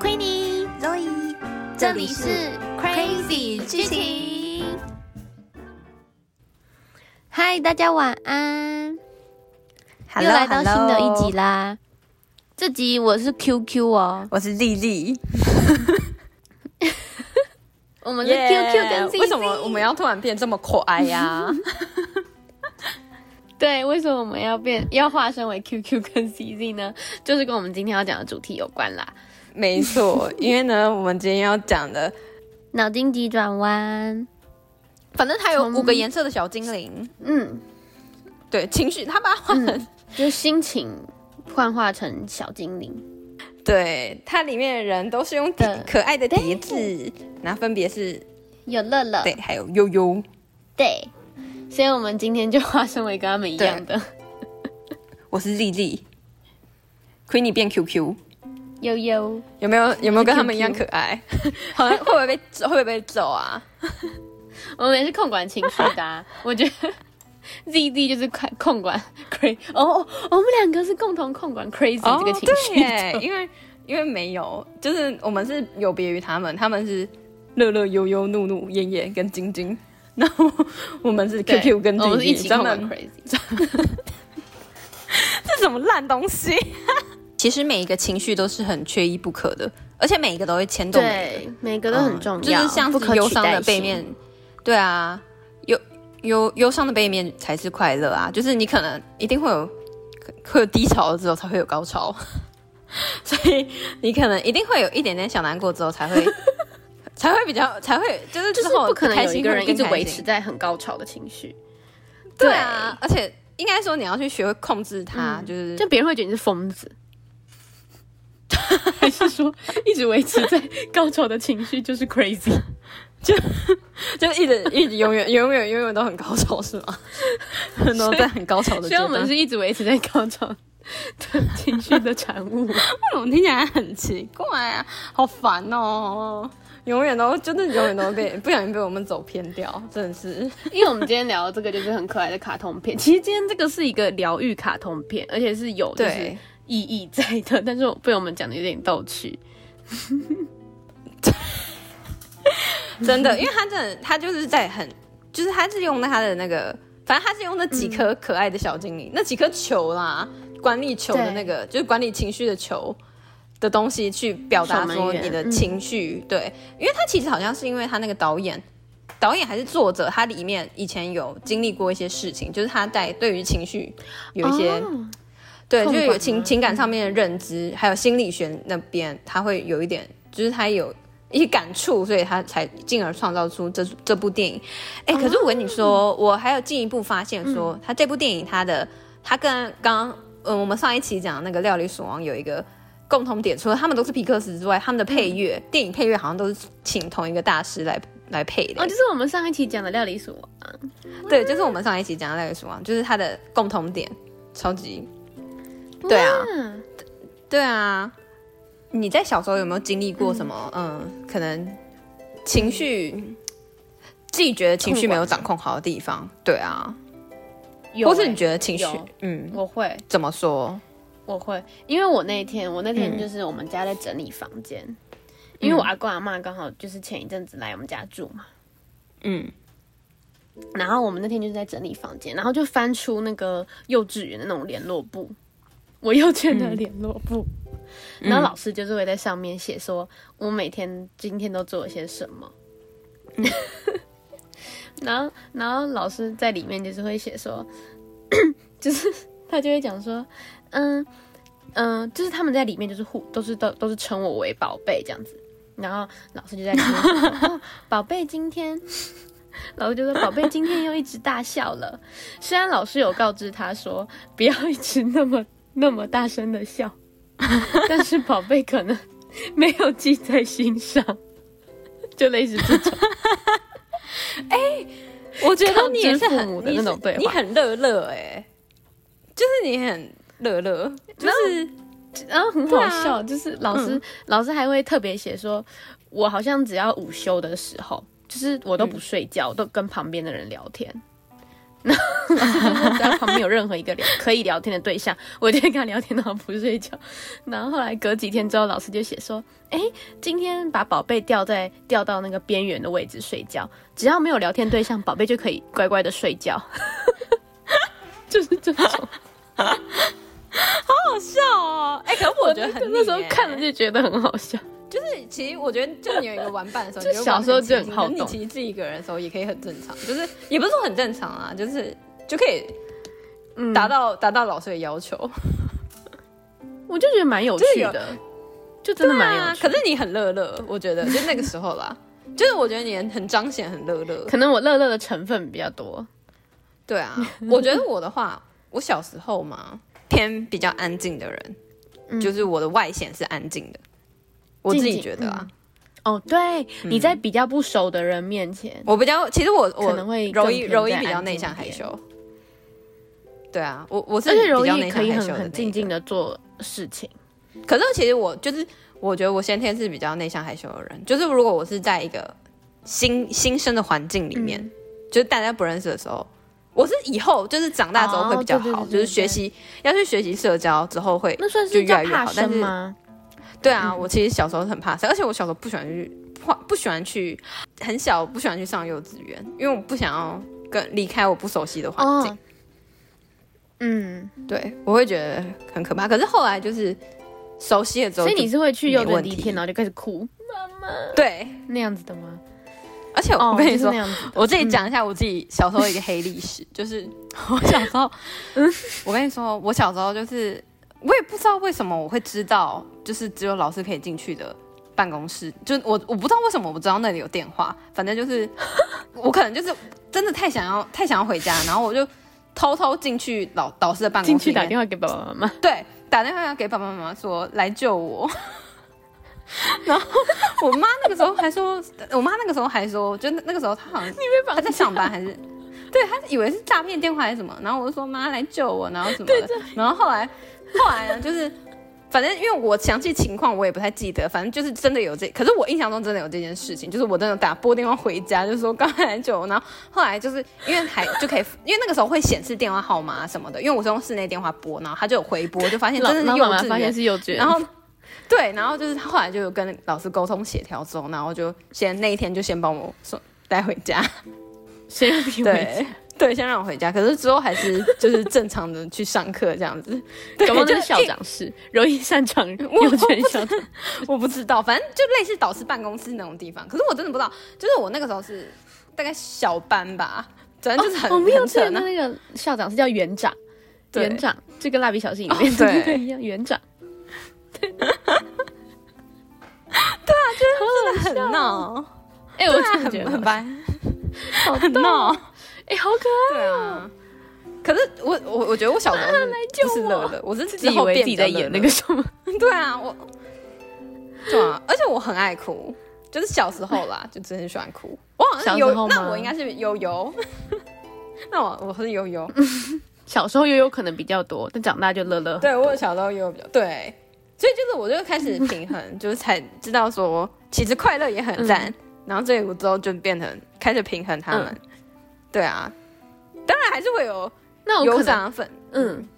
Queenie， Zoe，这里是 Crazy 剧情。嗨，大家晚安又来到新的一集了。啦。这集我是 QQ 哦，我是丽丽，我们我是 QQ 跟 CC。为什么我们要突然变这么可爱啊呀、 对？为什么我们要变要化身为 QQ 跟 CC 呢？就是跟我们今天要讲的主题有关啦，没错，因为呢，我们今天要讲的，脑筋急转弯。反正它有从五个颜色的小精灵，嗯嗯，对，情绪，它把它画成，就是心情幻化成小精灵。对，它里面的人都是用笛对可爱的笛子，然后分别是，有乐乐，对，还有悠悠。对，所以我们今天就化身为跟他们一样的我是丽丽，Queenie 变 QQ，悠悠。有没有有没有跟他们一样 QQ 可爱？ 好像会不会被会不会被揍啊？我们也是控管情绪的 啊、我觉得 Z Z 就是快控管 crazy 哦，我们两个是共同控管 crazy 这个情哦对绪的。耶，因为因为没有，就是我们是有别于他们，他们是乐乐、悠悠、怒怒、燕燕跟晶晶，然后我们是对 QQ 跟我们是一晶起晶，控专管门 crazy。这什么烂东 西？其实每一个情绪都是很缺一不可的，而且每一个都会牵动每一个对，每个都很重要，嗯就是像不可是忧取伤代的背性面，对啊，忧忧忧伤的背面才是快乐啊！就是你可能一定会有会有低潮之后才会有高潮， 所以你可能一定会有一点点小难过之后才 会才会比较才会就是就之是后不可能开有一心个会人一更直开维心持在很高潮的情绪。对啊，而且应该说你要去学会控制它，就嗯是就别人会觉得你是疯子， 还是说一直维持在高潮的情绪就是 crazy？就一直 一直永远永远永远都很高潮是 吗？很多在很高潮的所阶以我段，们是一直维持在高潮的 情绪的产物。我听起来很奇怪啊，好烦哦！永远都就是永远都被不小心被我们走偏掉，真的是。 因为我们今天聊的这个就是很可爱的卡通片，其实今天这个是一个疗愈卡通片，而且是有就是对意义在的，但是我被我们讲的有点逗趣。 真的，因为他真的他就是在很，就是他是用他的那个，反正他是用那几颗可爱的小精灵，那几颗球啦，管理球的那个，就是管理情绪的球。的东西去表达守门说员你的情绪，对，因为他其实好像是因为他那个导演，导演还是作者，他里面以前有经历过一些事情，就是他在对于情绪有一些哦对，控就管嗯有吗情情感上面的认知，还有心理学那边，他会有一点，就是他有一些感触，所以他才进而创造出这这部电影。哎、可是我跟你哦说，我还有进一步发现说，嗯他这部电影他的他跟刚嗯我们上一期讲的那个《料理鼠王》有一个。共同点，除了他们都是皮克斯之外，他们的嗯配乐、电影配乐好像都是请同一个大师来来配的。欸哦，就是我们上一期讲的料理鼠王，对，就是我们上一期讲的《料理鼠王》，就是它的共同点，超级。对啊，嗯，对啊，你在小时候有没有经历过什么？嗯，可能情绪自己觉得情绪没有掌控好的地方，对啊，有或是欸你觉得情绪有，嗯，我会，怎么说？我会，因为我那一天，我那天就是我们家在整理房间，因为我阿公阿妈刚好就是前一阵子来我们家住嘛，嗯，然后我们那天就是在整理房间，然后就翻出那个幼稚园的那种联络簿，我幼稚园的联络簿，然后老师就是会在上面写说我每天今天都做了些什么， 然后然后老师在里面就是会写说， 就是他就会讲说，嗯嗯，就是他们在里面就是互都是都都是称我为宝贝这样子，然后老师就在里面说，哦宝贝今天。老师就说：“宝贝，今天又一直大笑了。”虽然老师有告知他说不要一直那么那么大声的笑，但是宝贝可能没有记在心上，就类似这种。我觉得得你你也也是是很很你是你你很乐乐哎，就是你很乐乐，就是然后很对好啊笑，就是老师、老师还会特别写说，我好像嗯 只要午休的时候，就是我都不睡觉，都跟旁边的人聊天。然后就是只要旁边有任何一个聊可以聊天的对象，我就会跟他聊天，然后不睡觉。然后后来隔几天之后，老师就写说，哎，今天把宝贝吊在吊到那个边缘的位置睡觉，只要没有聊天对象，宝贝就可以乖乖的睡觉。 就是这种，好笑哦！哎、可是我觉得很腻欸那时候耶看了就觉得很好笑。就是其实我觉得，就你有一个玩伴 的时候，就你小时候就就很好动你其实自己一个人的时候也可以很正常，就是 也不是说很正常啊，就是就可以嗯，达到达、到老师的要求，我就觉得蛮有趣就的，就 真的蛮对有啊趣。可是你很乐乐，我觉得就那个时候啦， 就是我觉得你很彰显很乐乐。可能我乐乐的成分比较多，对 啊，我觉得我的话，我小时候嘛偏比较安静的人，就是我的外显是安静的，我嗯自静己静觉得啊，哦，对，你在比较不熟的人面前，我比较其实我我可能会更柔一偏柔一在比较安静内一向害点羞。对啊，我我是而且柔比较易内可向以害很羞的很那静一个静的做事情。可是其实我就是，我觉得我先天是比较内向害羞的人。就是如果我是在一个新新生的环境里面，嗯就是大家不认识的时候，我是以后就是长大之后会比较哦对对好，对对就是学习要去学习社交之后会。那算就是越来叫越怕好但生是吗？对啊，我其实小时候很怕生，而且我小时候不喜欢去，不不喜欢去，很小不喜欢去上幼稚园，因为我不想要跟离开我不熟悉的环境。哦，嗯，对，我会觉得很可怕。可是后来就是熟悉了之后所就，以你是会去幼没稚问园第题一天，然后就开始哭对，那样子的吗？而且哦，我跟你就是说那，样子的，我自己讲一下我自己小时候一个黑历史， 就是我小时候，嗯我跟你说，我小时候就是我也不知道为什么我会知道，就是只有老师可以进去的办公室，就是我我不知道为什么我知道那里有电话，反正就是 我可能就是真的太想要太想要回家，然后我就偷偷进去老老师的办公室进去里面打电话给爸爸妈 妈， 对，打电话给爸爸妈妈说来救我。 然后我妈那个时候还说，我妈那个时候还说，就那那个时候她好像她在上班还是，对她以为是诈骗电话还是什么，然后我就说妈来救我，然后什么的，然后后来后来呢就是。反正因为我详细情况我也不太记得，反正就是真的有这，可是我印象中真的有这件事情，就是我真的打拨电话回家，就是说刚才来救我，然后后来就是因为还就可以， 因为那个时候会显示电话号码什么的，因为我是用室内电话拨，然后他就有回拨，就发现老真老的是幼妈妈稚发现园，是幼稚园，然后。对，然后就是他后来就有跟老师沟通协调之后，然后就先那一天就先帮我送带回家，谁让你 对回 对，先让我回家。可是之后还是就是正常的去上课这样子，家？ 对，搞不好那就是校长 室，容易擅长幼我稚园校长。我不知道，反正就类似导师办公室那种地方。可是我真的不知道，就是我那个时候是大概小班吧，反正就是很、我们幼很稚扯园的呢。那个校长是叫园长，对园长就跟蜡笔小新里哦面对的那个一样，园长。很闹，哎，我对啊，真的觉很得很好白，好很闹，哎，好可爱。对啊。可是我我我觉得我小时候是不是乐乐，啊我是自之以后为变自己比较在演乐那乐个什么， 对啊，我对啊，而且我很爱哭，就是小时候啦，就真的很喜欢哭。我好像小是悠时候吗那我应该是悠悠， 那我我是悠 悠，小时候悠悠可能比较多，但长大就乐乐。对我小时候也有比较对，所以就是我就开始平 衡，就是才知道说其实快乐也很赞，然后这个之后就变成开始平衡他们，对啊，当然还是会有那我有可能涨粉，嗯，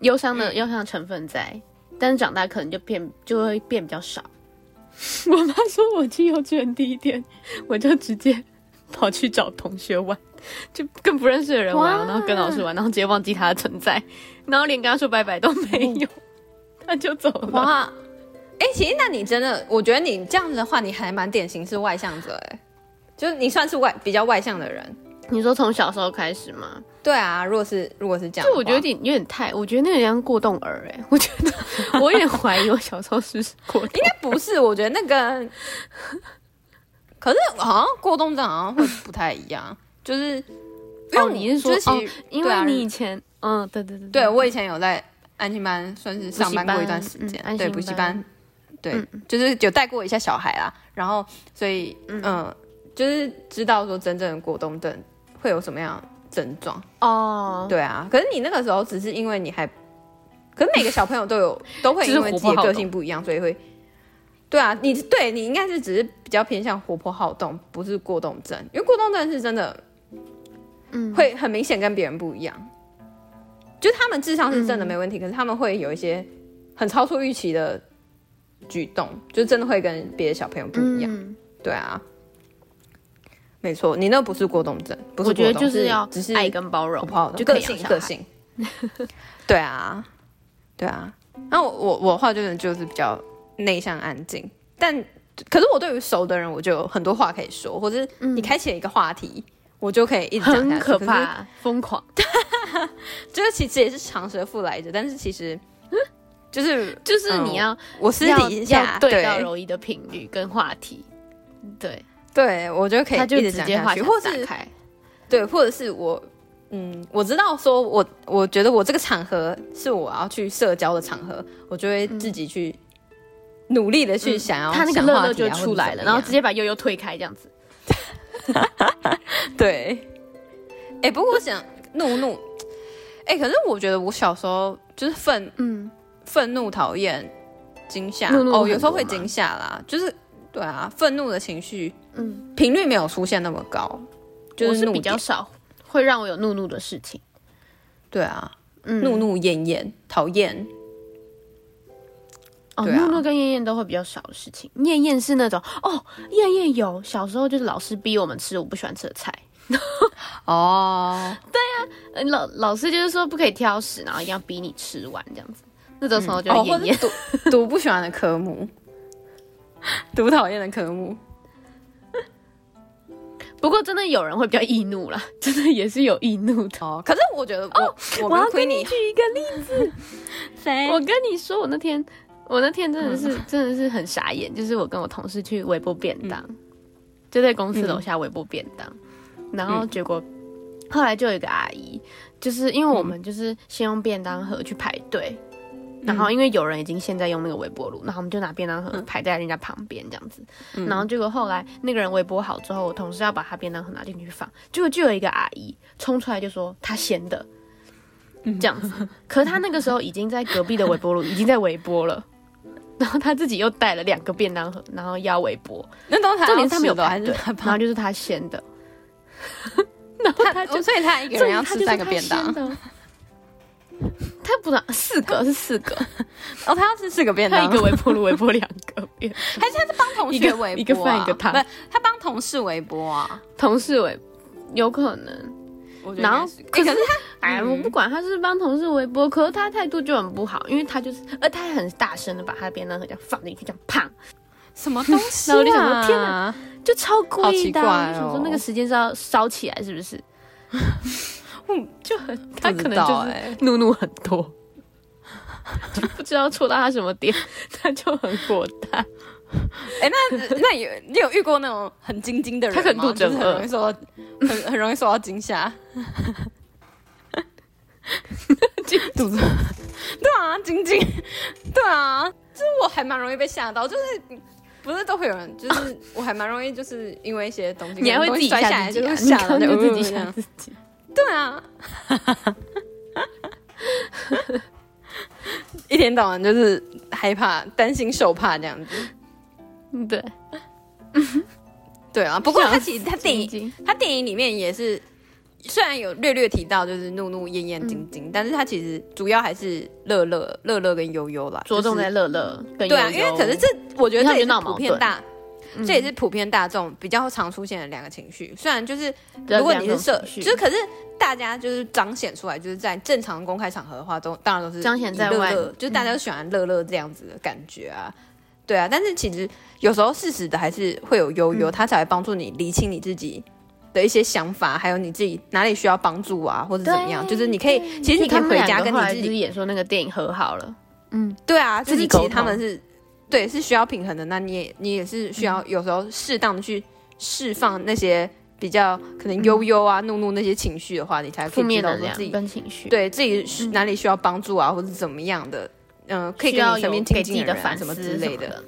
忧伤的忧伤的成分在，但是长大可能就变就会变比较少。 我妈说我去幼稚园第一天，我就直接跑去找同学玩，就跟不认识的人玩，哇然后跟老师玩，然后直接忘记他的存在，然后连跟他说拜拜都没有， 他就走了。哇。哎、其实那你真的，我觉得你这样子的话，你还蛮典型是外向者哎、就是你算是外比较外向的人。你说从小时候开始吗？对啊，如果是如果是这样的就话，我觉得有点有点太，我觉得那个像过动儿哎、 我觉得我有点怀疑我小时候是不是过动应。该不是，我觉得那个，可是好像过动症好像会不太一样，就是因哦为你是说就是其实因对为啊你以前，嗯，对对对，对我以前有在安亲班算是上补习班班过一段时间，嗯安亲对班补习班，对，就是有带过一下小孩啦，然后所以嗯、呃就是知道说真正的过动症会有什么样的症状，哦，对啊，可是你那个时候只是因为你还，可是每个小朋友 都有都会就是因为活自己泼的好个动性不一样，所以会，对啊，你对你应该是只是比较偏向活泼好动，不是过动症，因为过动症是真的嗯，会很明显跟别人不一样。就他们智商是真嗯的没问题，可是他们会有一些很超出预期的举动，就真的会跟别的小朋友不一样。嗯对啊，没错，你那不是过动症，不是我过动，觉得就是要只是爱跟包容不好，，就个可以性养小个孩。性。 对啊，对啊。那我我我的话就是就是比较内向安静，但可是我对于熟的人，我就有很多话可以说，或者是你开启了一个话题，我就可以一直讲下嗯很去可。是怕，疯狂，就是其实也是长舌妇来着，但是其实就是就是嗯你要我私要底下要对到对柔一的频率跟话题，对，对我就可以他就一直直讲接下话去，匣或子打是开，对，或者是我嗯，我知道说我我觉得我这个场合是我要去社交的场合，我就会自己去努力的去想要、嗯他那个想乐话乐题啊就或者出来了，怎么然后样直接把悠悠推开这样子。对，哎、不过我想怒怒，哎、可是我觉得我小时候就是愤嗯，愤怒、讨厌、惊吓怒怒哦，有时候会很多吗惊吓啦，就是对啊，愤怒的情绪，嗯，频率没有出现那么高，就我是怒比较点少会让我有怒怒的事情。对啊，嗯，怒怒厌厌、讨厌，哦，对啊诺诺跟燕燕都会比较少的事情。燕燕是那种哦，燕燕有小时候就是老师逼我们吃我不喜欢吃的菜，哦，呃老老师就是说不可以挑食，然后一定要逼你吃完这样子。那种时候就哦，是或燕 者燕，是 读读不喜欢的科目，读讨厌的科目，不过真的有人会比较易怒啦，真的也是有易怒的。哦，可是我觉得我、我我们要亏跟你举一个例谁我跟你说，我那天我那天真的是、真的是很傻眼，就是我跟我同事去微波便当，就在公司楼下微波便当，然后结果、后来就有一个阿姨，就是因为我嗯们就是先用便当盒去排队。然后因为有人已经现在用那个微波炉，然后我们就拿便当嗯盒排在人家旁边这样子。然后结果后来那个人微波好之后，我同事要把他便当盒拿进去放，结果就有一个阿姨冲出来就说他咸的，这样子。嗯可是他那个时候已经在隔壁的微波炉已经在微波了， 然后他自己又带了两个便当盒，然后要微波，那都是重点是他他没有的还排是队，他然后就是他先 的，然后他他就哦所以他一个人要重吃点他三就个是便当他，先的。 他不能四个是四个，哦，他要吃四个便 他当，一 个微波炉微波两个便当，帮同一学个微波、啊，一个饭一个汤不，他帮同事微波啊。 同事微有可能。我觉得然后应该是，可可是是他，哎，我不管他是不是帮同事微波，可是他态度就很不好，因为他就是，呃，他还很大声的把他的便当盒这样放进去，这样砰，什么东西、啊？ 然后我就想说天哪，就超故意的啊、好奇怪哦就想说那个时间是要烧起来是不 是？嗯，就很 他可能就是哎、怒怒很多，就不知道戳到他什么点， 他就很火大。哎那那有你有遇过那种很精精的人吗？他可能肚子就是很很饿容易受到很很容易受到惊 吓。肚子，对啊，晶晶，对啊，就是我还蛮容易被吓到，就是不是都会有人，就是我还蛮容易，就是因为一些东西，你还会东自西己摔下吓来就自己、会啊，你吓到，刚刚就就自己呃吓自己。对啊， 一天到晚就是害怕、担心、受怕这样子。嗯对，对啊，不过他想其实他电影影他电影里面也是，虽然有略略提到就是怒怒、厌厌、晶嗯晶，但是他其实主要还是乐乐、乐乐跟悠悠啦，着重就是在乐乐跟对啊，悠因悠为可是这我觉得这也因为他们就是闹普矛遍盾嗯大，这也是普遍大众比较常出现的两个情绪。虽然就是比较如果你是这社两种，情绪就是可是大家就是彰显出来，就是在正常公开场合的话，都当然都是彰显以在乐外嗯乐，就是大家都喜欢乐乐这样子的感觉啊。对啊，但是其实有时候适时的还是会有悠嗯悠，他才会帮助你理清你自己的一些想法，还有你自己哪里需要帮助啊，或者怎么样，对就是你可以，其实你可以他们回两家个跟你后来自己就是演说那个电影和好了，对啊，自就是己其沟实他们通是，对，是需要平衡的。那你也你也是嗯需要有时候适当的去释放那些比较可能悠悠啊、怒怒那些情绪的话，你才可嗯负以知面道能说量自己跟嗯情绪，，对自己是哪里需要帮助啊，或者怎么样的。嗯、可以需跟要你身有边给亲自近己的的人啊反什么思之类的的，，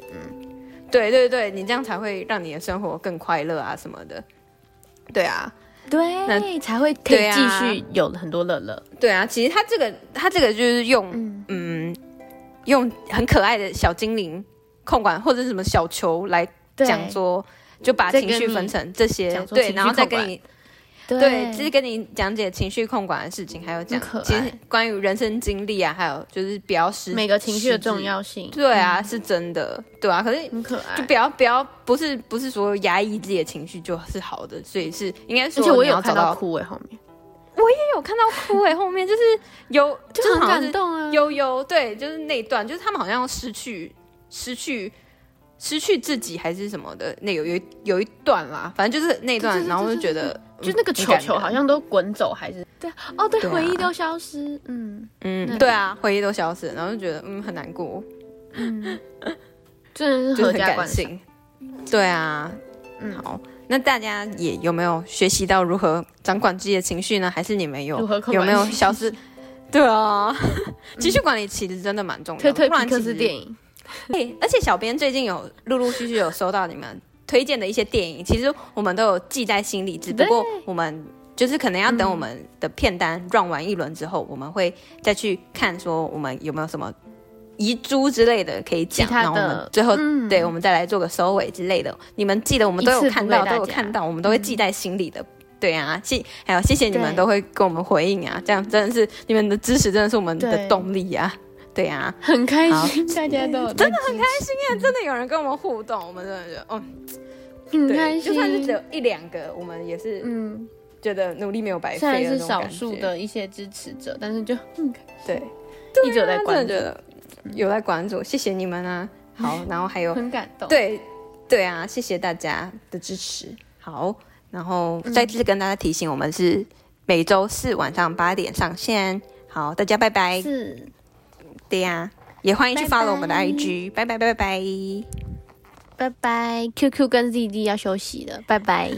对对对，你这样才会让你的生活更快乐啊什么的。对啊，对，那才会可对以继啊续有很多乐乐。对啊，其实他这个他这个就是用嗯用很可爱的小精灵控管或者是什么小球来对讲说，就把再情跟绪你分成这些讲说对，情绪然后再控管跟你对，就是跟你讲解情绪控管的事情，还有讲很可爱其实关于人生经历啊，还有就是不要失每个情绪的重，要嗯性，失智对啊，是真的，对啊。可是很可爱就。不要不要，不是不是所有压抑自己的情绪就是好的，所以是应该而说且我你有要看找到到，哭哎、后面我有看到 哭哎、后面就是有就就是很好像是感动啊，悠悠，对，就是那一段，就是他们好像失去、失去、失去自己还是什么的，那有有一有一段啦，反正就是那一段，对对对然后我就对觉得，就那个嗯很球感球人好像都滚走还是对哦，对，对啊回忆都消失，嗯那嗯，对啊，回忆都消失了，然后就觉得嗯很难过，嗯，真的是就是合很家感观赏，性。对啊，嗯好，那大家也有没有学习到如何掌管自己的情绪呢？还是你们有如何控管有没有消失？对啊， 情绪管理其实真的蛮重要推的，推不然皮克其斯实电影，对，而且小编最近有陆陆续续有收到你们推荐的一些电影，其实我们都有记在心里，只不过我们就是可能要等我们的片单 run 完一轮之后，我们会再去看说我们有没有什么遗珠之类的可以讲，其他的然后我们最后、嗯哦对我们再来做个收尾之类的。你们记得我们都有看一次不到，都为大有家看到，我们都会记在心里的。对啊，谢还有谢谢你们嗯对都会跟我们回应啊，这样真的是你们的支持真的是我们的对动力啊，对啊，很开好心， 大家都 真的很开真的有人跟我们互动，我们真的觉得，嗯，心，很对，开心，就算是只有一两个，我们也是嗯，觉得努力没有白虽然费的是那种少感觉。数的一些支持者，但是就嗯对，啊一直有在关真的注嗯觉，得有在关注，谢谢你 们啊。好，然后还有很感动。，对对啊，谢谢大家的支持。好，然后嗯再次跟大家提醒，我们是每周四晚上八点上线。好，大家拜拜。是，对呀、也欢迎去拜拜 follow 我们的 IG。拜拜拜拜拜。拜拜，QQ 跟 ZD 要休息了，拜拜。